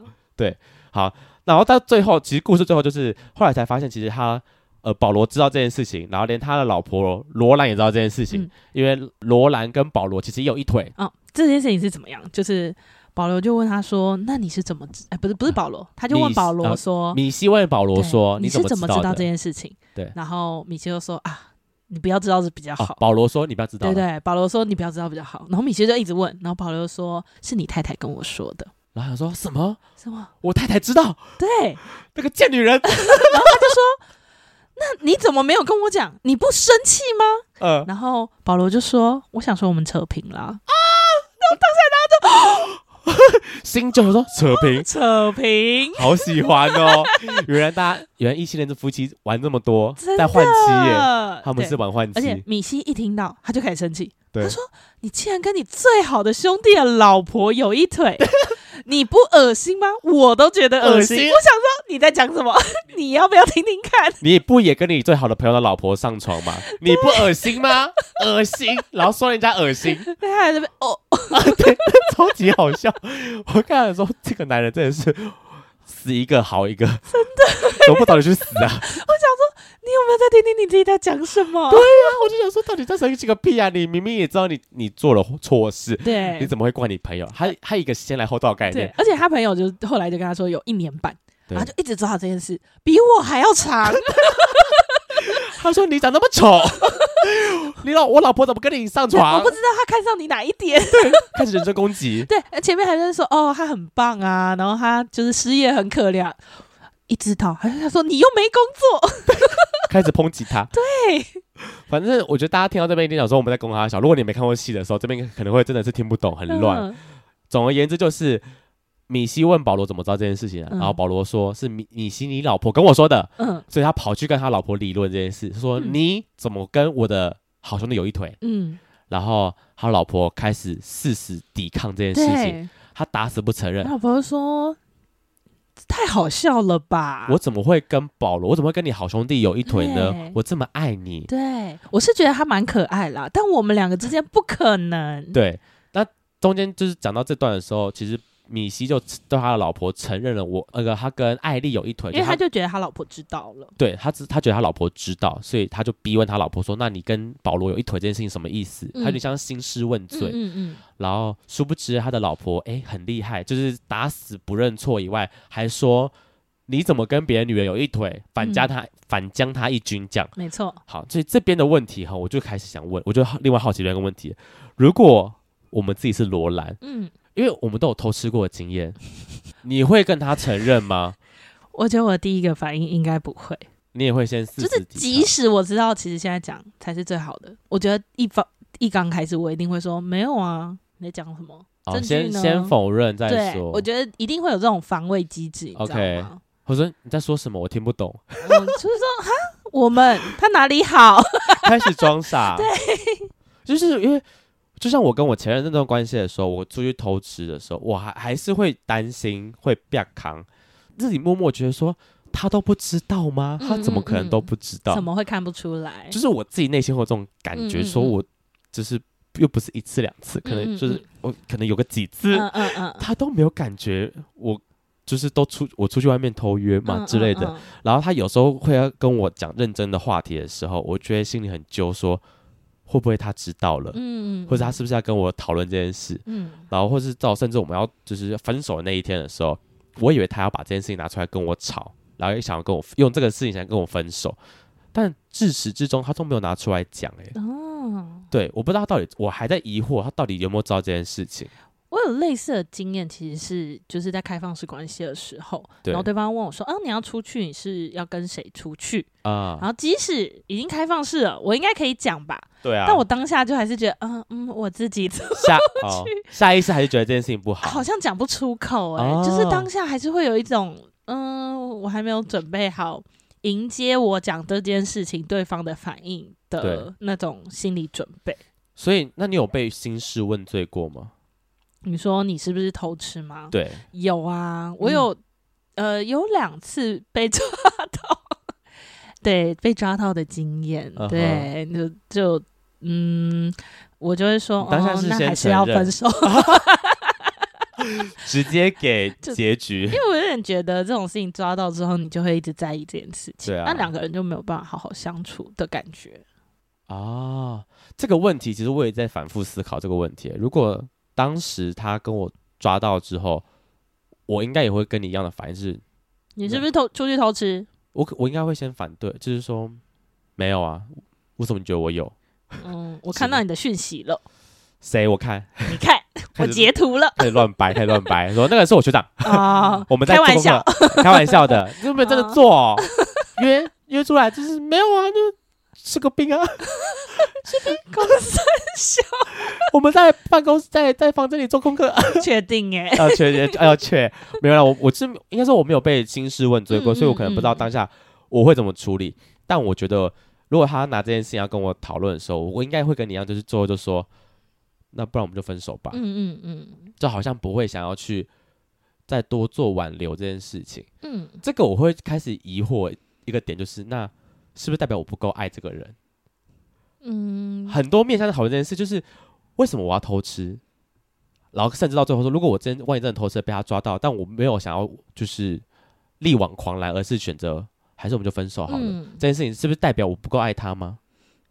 好，然后到最后，其实故事最后就是后来才发现，其实他呃，保罗知道这件事情，然后连他的老婆罗兰也知道这件事情，嗯因为罗兰跟保罗其实也有一腿，哦，这件事情是怎么样？就是保罗就问他说：“那你是怎么知？”哎，不是不是啊保罗，他就问你保罗呃说米西问保：“罗哦对说：“你是怎怎么知道道的这件事情？”对然后米歇就说：“啊，你不要知道是比较啊好。”保罗说：“你不要知道。”对对，保罗说你不要知道比较好。然后米歇就一直问，然后保罗就说是你太太跟我说的，然后他说什么？什么？我太太知道对，那个贱女人。 那你怎么没有跟我讲？你不生气吗？呃，然后保罗就说：“我想说我们扯平啦，，新旧说扯 平扯平，好喜欢哦。 原来大家原来异性恋的夫妻玩这么多真，的在换妻耶，他们对是玩换而且妻。米西一听到，他就开始生气。对他说：“你竟然跟你最好的兄弟的老婆有一 腿，你不恶心吗？我都觉得恶心。恶心我想说你在讲什 么？你要不要听听看？你不也跟你最好的朋友的老婆上床吗？你不恶心吗？恶心，然后说人家恶心， 对他还在那边哦，超级好笑。我看了说，这个男人真的是死一个好一个，真的，怎么不早点去死啊？你有没有在听听你自己在讲什么？我就想说，到底在生气个屁啊！你明明也知道你你做了错事，你对怎么会怪你朋友？他他一个先来后到的概对念，，而且他朋友就后来就跟他说有一年半，对然后就一直抓到这件事，比我还要 长。他说你长那么丑， 你老我老婆怎么跟你上我床不？知道他看上你哪一 点。”开始人身攻击， 对，前面还在说哦，他很棒啊，然后他就是失业很可怜，一直到还是他说你又没工作，开始抨击他。 对，反正我觉得大家听到这边一定想说我们在攻他小。如果你没看过戏的时候，这边可能会真的是听不懂，很乱。嗯总而言之，就是米西问保罗怎么知道这件事情、啊，嗯然后保罗说是米米西你老婆跟我说的，嗯所以他跑去跟他老婆理论这件事，说嗯你怎么跟我的好兄弟有一腿？嗯，然后他老婆开始誓死抵抗这件事情，对，他打死不承认 他。老婆就说太好笑了吧，我怎么会跟保罗？我怎么会跟你好兄弟有一腿呢对？我这么爱你，对我是觉得他蛮可爱啦，但我们两个之间不可能，对。那中间就是讲到这段的时候，其实米西就对他的老婆承认了我那个、他跟艾丽有一腿，因为他他就觉得他老婆知道了，对他知他觉得他老婆知道，所以他就逼问他老婆说：“那你跟保罗有一腿这件事情什么意思？”嗯他有点像兴师问罪。嗯嗯然后殊不知他的老婆哎很厉害，就是打死不认错以外，还说你怎么跟别的女人有一腿，嗯反将他、反将他一军将。没错，好，所以这边的问题哈，我就开始想问，我就好另外好奇另外一个问题：如果我们自己是罗兰，嗯，因为我们都有偷吃过的经验，你会跟他承认吗？我觉得我第一个反应应该不会。你也会先四就是即使我知道，其实现在讲才是最好的。我觉得一方一刚开始，我一定会说没有啊，你在讲什么？哦，证据先呢先否认再对，说。我觉得一定会有这种防卫机制，你知道 OK 吗？我说你在说什么？我听不懂，我就是说哈，我们他哪里好？开始 装傻。对，就是因为就像我跟我前任那段关系的时候，我出去偷吃的时候，我还还是会担心会被扛，自己默默觉得说他都不知道吗？嗯他怎么可能嗯嗯都不知道？怎么会看不出来？就是我自己内心会有这种感觉，哎嗯嗯说嗯我就是又不是一次两次，可能就嗯是嗯我可能有个几次，嗯嗯嗯，他都没有感觉我。就是都出我出去外面偷约嘛嗯之类的，嗯嗯然后他有时候会要跟我讲认真的话题的时候，我觉得心里很揪，说会不会他知道了，嗯，或者他是不是要跟我讨论这件事，嗯然后或是到甚至我们要就是分手的那一天的时候，我以为他要把这件事情拿出来跟我吵，然后也想要跟我用这个事情想跟我分手，但至始至终他都没有拿出来讲、欸，哦，对，我不知道他到底，我还在疑惑他到底有没有知道这件事情，我有类似的经验，其实是就是在开放式关系的时候，对然后对方问我说：“啊，你要出去，你是要跟谁出去？”啊然，后即使已经开放式了，我应该可以讲吧， 对啊，但我当下就还是觉得，嗯嗯，我自己下哦，下意识还是觉得这件事情不 好，好像讲不出口哎、哦就是当下还是会有一种，嗯，我还没有准备好迎接我讲这件事情对方的反应的对那种心理准备。所以那你有被兴师问罪过吗？你说你是不是偷吃吗？对，嗯有啊，我有、呃有两次被抓到， 对被抓到的经验嗯哼对，就就嗯，我就会说，你当下哦是，那先还是要承认 分手，直接给就结局因。为我有点觉得这种事情抓到之后，你就会一直在意这件事情，对啊那两个人就没有办法好好相处的感觉。啊，这个问题其实我也在反复思考这个问题。如果当时他跟我抓到之后，我应该也会跟你一样的反应是，你是不是偷出去偷吃？我可我应该会先反对，就是说没有啊，为什么你觉得我有？ 嗯，我看到你的讯息了，谁？我看你 看我开始截图了开始乱掰，开始乱掰，说那个是我学长，啊！ 我们在开做玩功笑，嗯课，开玩笑的，你有没有真的做、哦约约出来就是没有啊，就是个病 啊。公司我们在办公室在在房间里做功课，确定 哎、要确要确，没有啦，我我是应该说我没有被兴师问罪过，嗯所以我可能不知道嗯嗯当下我会怎么处理。但我觉得，如果他拿这件事情要跟我讨论的时候，我应该会跟你一样，就是最后就说，那不然我们就分手吧，嗯嗯嗯就好像不会想要去再多做挽留这件事情。嗯，这个我会开始疑惑一个点，就是那是不是代表我不够爱这个人？嗯，很多面向在讨论这件事，就是为什么我要偷吃，然后甚至到最后说，如果我真万一真的偷吃被他抓到，但我没有想要就是力挽狂澜，而是选择还是我们就分手好了。嗯这件事情是不是代表我不够爱他吗？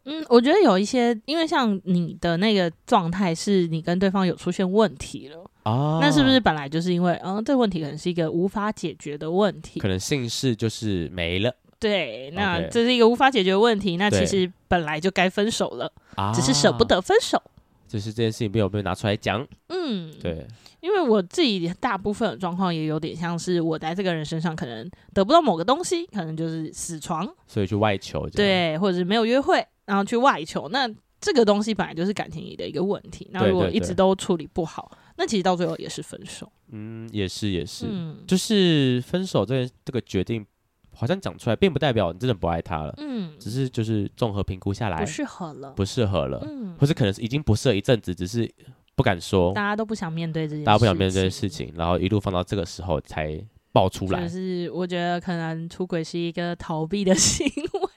嗯，我觉得有一些，因为像你的那个状态是你跟对方有出现问题了，啊，那是不是本来就是因为，嗯，这个问题可能是一个无法解决的问题可，能姓氏就是没了对，那 OK 这是一个无法解决的问题，那其对实本来就该分手了，啊？只是舍不，得分手。就是这件事情没有被拿出来讲。嗯，，对，因为我自己大部分的状况也有点像是我在这个人身上可能得不到某个东西，可能就是死床，所以去外求这样。对，或者是没有约会，然后去外求，那这个东西本来就是感情里的一个问题，那对如果对一直对都处理不好，那其实到最后也是分手。嗯，也是也是，嗯就是分手这件这个决定，好像讲出来，并不代表你真的不爱他了，嗯，只是就是综合评估下来不，适合了，不适合了，嗯，或是可能是已经不适合一阵子，只是不敢说，大家都不想面对这件，大家不想面对这件事。情，然后一路放到这个时候才爆出来就。是我觉得可能出轨是一个逃避的行为。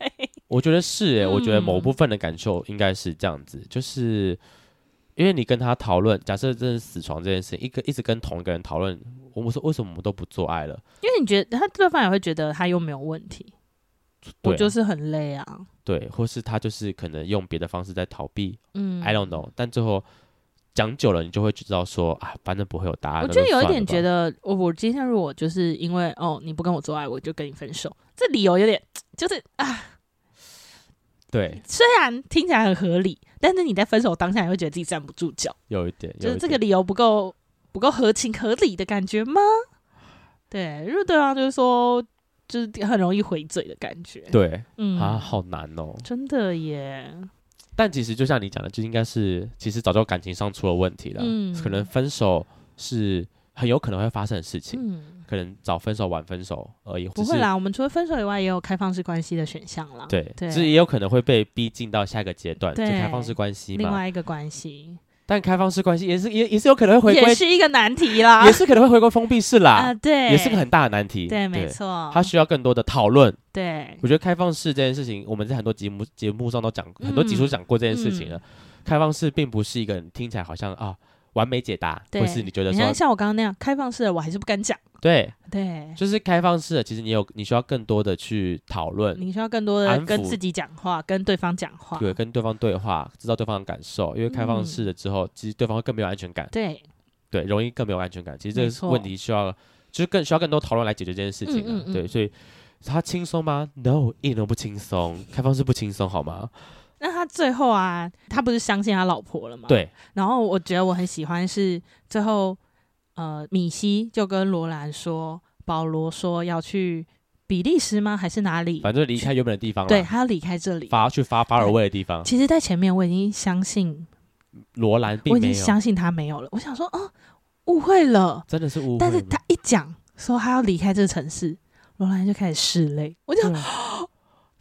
我觉得是、欸，我觉得某嗯部分的感受应该是这样子，就是因为你跟他讨论，假设真的死床这件事，一个一直跟同一个人讨论，我们说为什么我们都不做爱了？因为你觉得他对方也会觉得他又没有问题，对我啊、就是很累啊。对，或是他就是可能用别的方式在逃避、嗯 i don't know。但最后讲久了，你就会知道说啊，反正不会有答案。我那就就有一算点了吧觉得，我我今天如果就是因为哦你不跟我做爱，我就跟你分手，这理由有点就是啊，对，虽然听起来很合理，但是你在分手当下，你会觉得自己站不住脚，有一点，就有是一这点个理由不够不够合情合理的感觉吗？对，如果对方就是说，就是很容易回嘴的感觉。对、嗯啊，好难哦。真的耶，但其实就像你讲的，就应该是其实早就感情上出了问题了，嗯可能分手是很有可能会发生的事情，嗯，可能早分手晚分手而已，不只会是啦，我们除了分手以外，也有开放式关系的选项啦。对，对只是也有可能会被逼进到下一个阶段，就对开放式关系另嘛。外一个关系但开放式关系也是也也是有可能会回归，也是一个难题啦。也是可能会回归封闭式啦，啊、对，也是个很大的难题。对，没，错，它需要更多的讨论。对我觉得开放式这件事情，我们在很多节目节目上都讲，很多集数嗯讲过这件事情了。开放式并不是一个你听起来好像啊，完美解答，对或是你觉得你看说像我刚刚那样开放式的，我还是不敢讲。对，对，就是开放式的，其实你有你需要更多的去讨论，你需要更多的安抚跟自己讲话，跟对方讲话。对，跟对方对话，知道对方的感受，因为开放嗯式的之后，其实对方会更没有安全感，对，对，容易更没有安全感。其实这没个错问题需要就是更需要更多讨论来解决这件事情、啊，嗯嗯嗯对，所以。它轻松吗？No，一点都不轻松。开放式不轻松，好吗？那他最后啊，他不是相信他老婆了吗？。对，然后我觉得我很喜欢是最后，呃，米西就跟罗兰说，保罗说要去比利时吗？还是哪里？反正啊离开原本的地方了，对，他要离开这里。发去发发尔威的地方，其实，在前面我已经相信，罗兰并我已没经有，相信他没有了。我想说，哦，误会了。真的是误会吗。但是他一讲说他要离开这个城市，罗兰就开始拭泪，我就 对啊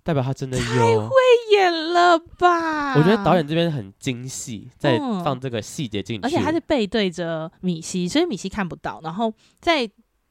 代表他真的有。演了吧？我觉得导演这边很精细，在嗯放这个细节进去，而且他是背对着米西，所以米西看不到。然后在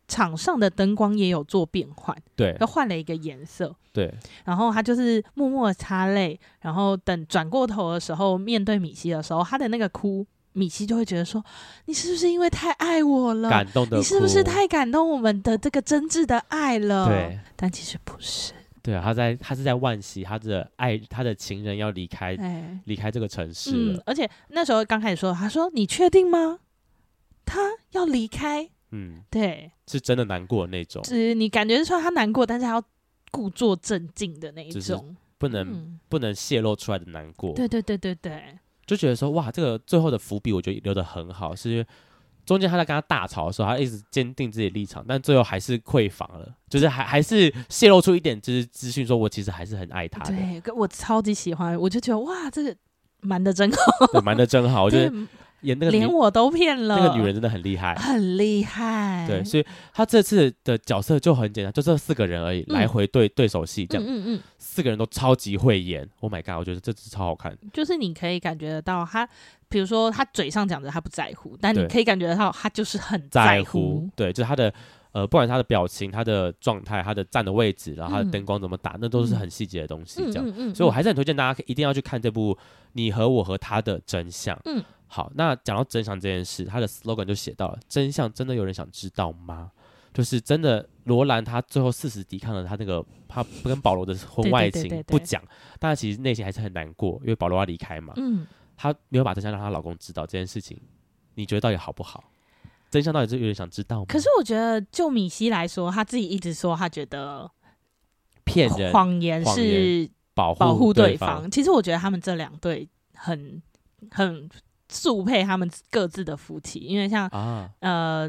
场上的灯光也有做变换，对又换了一个颜色。对然后他就是默默地擦泪，然后等转过头的时候，面对米西的时候，他的那个哭，米西就会觉得说：“你是不是因为太爱我了感？动嗯的，你是不是太感动我们的这个真挚的爱了？”，对但其实不是。对啊？他在他是在惋惜他的爱，他的情人要离开哎，离开这个城市嗯了，，而且那时候刚开始说，他说：“你确定吗？他要离开？”嗯，对，是真的难过的那种，是你感觉出来他难过，但是他要故作镇静的那一就是种。不能嗯，不能泄露出来的难过，对对对对对，就觉得说哇，这个最后的伏笔我觉得留得很好，是因为中间他在跟他大吵的时候，他一直坚定自己的立场，但最后还是溃防了，就是还还是泄露出一点就是资讯，说我其实还是很爱他的，对，可我超级喜欢，我就觉得哇，这个瞒的真好，对瞒的真好，我觉 得对演那个连女我都骗了，哎那个女人真的很厉害。很厉害。对，所以他这次的角色就很简单，就这四个人而已，嗯来回对对手戏这嗯样，嗯四个人都超级会演。Oh my god，我觉得这次超好看。嗯，就是你可以感觉得到他，比如说他嘴上讲着他不在乎，但你对可以感觉得到他就是很在乎乎，。对，就是他的呃，不管是他的表情、他的状态、他的站的位置，然后他嗯的灯光怎么打，那都是很细节的东西。嗯这样，嗯嗯，所以嗯我还是很推荐大家可以一定要去看这部《你和我和他的真相》。嗯，好，那讲到真相这件事，他的 slogan 就写到了：真相真的有人想知道吗？就是真的，罗兰他最后誓死抵抗了他那个他跟保罗的婚对外对对情对不对讲，但其实内心还是很难过，因为保罗要离开嘛，嗯，她没有把真相让她老公知道这件事情，你觉得到底好不好？真相到底是有人想知道吗？可是我觉得就米西来说，他自己一直说他觉得骗人谎言谎是保护保护对对方。其实我觉得他们这两对很很速配他们各自的夫妻，因为像啊，呃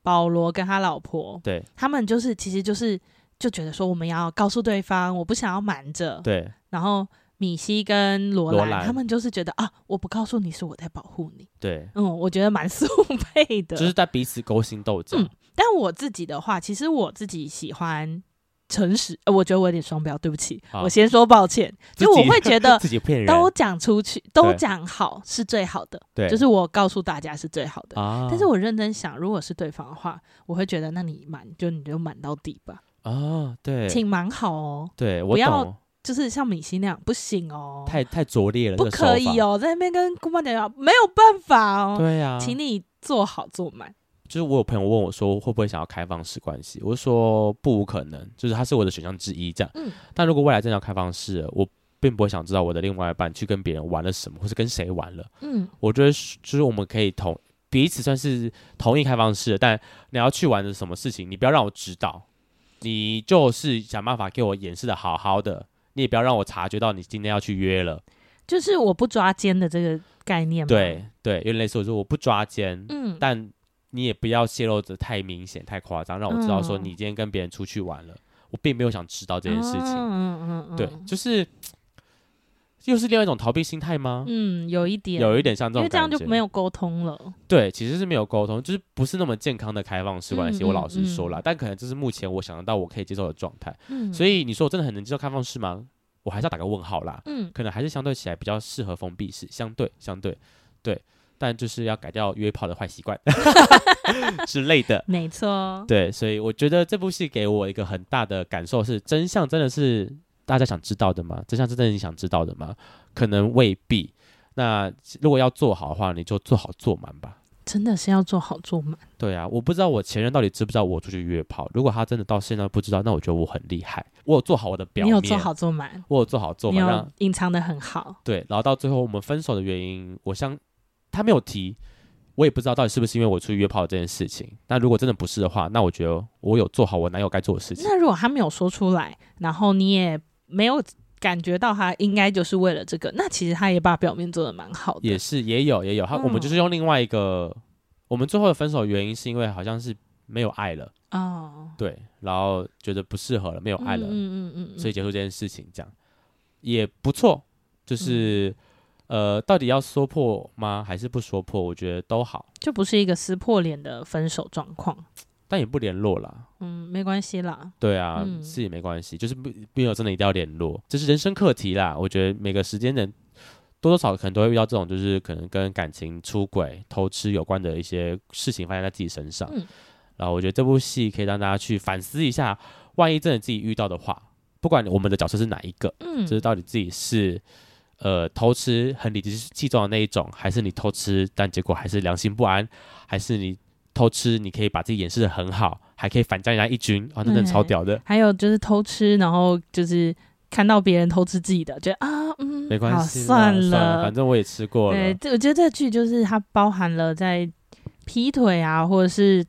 保罗跟他老婆，对他们就是其实就是就觉得说我们要告诉对方，我不想要瞒着。对然后米西跟罗罗兰兰他们就是觉得啊，我不告诉你是我在保护你。对，嗯，我觉得蛮速 配的。就是在彼此勾心斗角。嗯但我自己的话，其实我自己喜欢。诚实、呃我觉得我有点双标，对不起，好我先说抱歉。自己就我会觉得自己 骗人，都讲出去，都讲好是最好的，对，就是我告诉大家是最好的。啊，但是我认真想，如果是对方的话，我会觉得，那你瞒就你就瞒到底吧，啊，对，请瞒好哦，对我不要懂，就是像米西那样不行哦，太太拙劣了，不这个可手法以。哦，在那边跟姑妈讲讲没有办法哦，对啊，请你做好做满，就是我有朋友问我说会不会想要开放式关系，我就说不无可能，就是它是我的选项之一这样。嗯但如果未来真的要开放式了，我并不会想知道我的另外一半去跟别人玩了什么，或是跟谁玩了。嗯，我觉得是就是我们可以同彼此算是同意开放式的，但你要去玩的什么事情，你不要让我知道，你就是想办法给我掩饰的好好的，你也不要让我察觉到你今天要去约了。就是我不抓奸的这个概念嘛，，对对，有点类似我说我不抓奸，嗯，但你也不要泄露的太明显、太夸张，让我知道说嗯你今天跟别人出去玩了，我并没有想知道这这件事情。嗯嗯嗯，对，就是又是另外一种逃避心态吗？嗯，有一点，有一点像这因种为这样感觉，就没有沟通了，对，其实是没有沟通，就是不是那么健康的开放式关系。嗯我老实嗯说啦，但可能这是目前我想得到我可以接受的状态。嗯，所以，以你说我真的很能接受开放式吗？我还是要打个问号啦。嗯，可能还是相对起来比较适合封闭式，相对相对对，但就是要改掉约炮的坏习惯 之类的。没 错，对，所以我觉得这部戏给我一个很大的感受是，真相真的是大家想知道的吗？真相真的是你想知道的吗？可能未必。那如果要做好的话，你就做好做满吧。真的是要做好做满。对啊，我不知道我前任到底知不知道我出去约炮。如果他真的到现在不知道，那我觉得我很厉害，我有做好我的表你面，有做好做满，我有做好做你嘛，有让隐藏的很好，对，然后到最后我们分手的原因，我想他没有提，我也不知道到底是不是因为我出去约炮这件事情。那如果真的不是的话，那我觉得我有做好我男友该做的事情。那如果他没有说出来，然后你也没有感觉到他应该就是为了这个，那其实他也把表面做的蛮好也的。是也有也有，他、我们嗯就是用另外一个，我们最后的分手原因是因为好像是没有爱了，哦，对，然后觉得不适合了，没有爱了，嗯嗯嗯嗯，所以结束这件事情，这样也不错。嗯就是、呃，到底要说破吗？还是不说破？我觉得都好，就不是一个撕破脸的分手状况。但也不联络啦。嗯，没关系啦。对啊，嗯是也没关系，就是不没有真的一定要联络，这是人生课题啦。我觉得每个时间点多多少少可能都会遇到这种，就是可能跟感情出轨、偷吃有关的一些事情发生在自己身上。嗯然后我觉得这部戏可以让大家去反思一下，万一真的自己遇到的话，不管我们的角色是哪一个，嗯，就是到底自己是呃偷吃很理直气壮的那一种，还是你偷吃但结果还是良心不安，还是你偷吃你可以把自己掩饰的很好，还可以反将人家一军啊、那真的超屌的。还有就是偷吃，然后就是看到别人偷吃自己的，觉得啊，嗯，没关好系啦，算了，了，反正我也吃过了对，。这我觉得这剧就是它包含了在劈腿啊，或者是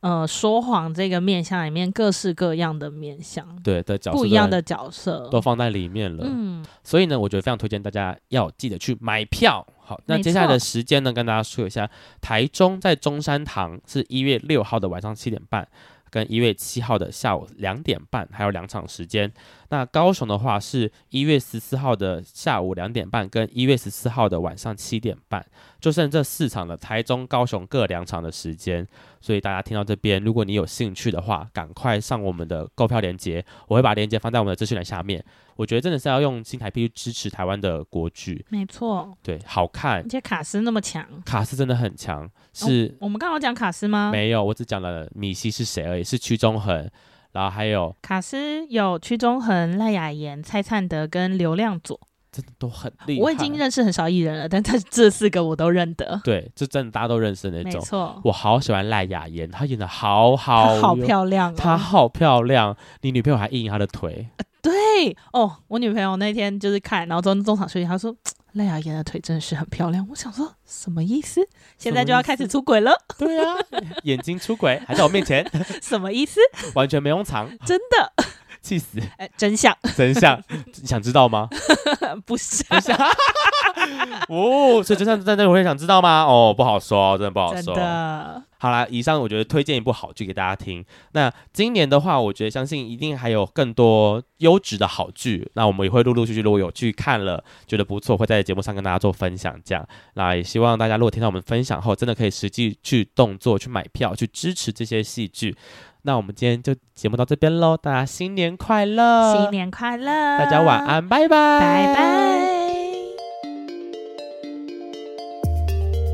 呃说谎这个面相里面各式各样的面相，对的角色不一样的角色。都放在里面了，嗯，所以呢，我觉得非常推荐大家要记得去买票。好，那没接下来的错时间呢，跟大家说一下，台中在中山堂是一月六号的晚上七点半，跟一月七号的下午两点半，还有两场时间。那高雄的话是一月十四号的下午两点半，跟一月十四号的晚上七点半，就剩这四场了，台中、高雄各两场的时间。所以大家听到这边，如果你有兴趣的话，赶快上我们的购票链接，我会把链接放在我们的资讯栏下面。我觉得真的是要用新台币去支持台湾的国剧，没错，对，好看而，且卡斯那么强，卡斯真的很哦强，是、我们刚刚有讲卡斯吗？没有，我只讲了米西是谁而已，是屈中恒，然后还有卡斯有屈中恒、赖雅妍、蔡灿德跟刘亮佐，真的都很厉害，我已经认识很少艺人了，但这这四个我都认得，对，这真的大家都认识的那没种。错，我好喜欢赖雅妍，她演的好好她哟，好漂亮、哦，她好漂亮，你女朋友还硬她的腿，对哦，我女朋友那天就是看，然后中中场休息，她说赖雅妍的腿真的是很漂亮。我想说什么意思？现在就要开始出轨了？对啊， 眼睛出轨还在我面前，什么意思？完全没用藏，真的？ 气死！哎，真相 真相想知道吗？不是啊真相哦，所以真相在那我会想知道吗？哦，不好说，真的不好真说。的。好啦，以上我觉得推荐一部好剧给大家听。那今年的话，我觉得相信一定还有更多优质的好剧。那我们也会陆陆续续，如果有去看了，觉得不错，会在节目上跟大家做分享。这样，那也希望大家如果听到我们分享后，真的可以实际去动作、去买票、去支持这些戏剧。那我们今天就节目到这边喽，大家新年快乐！新年快乐，呃大家晚，安，拜拜，拜拜。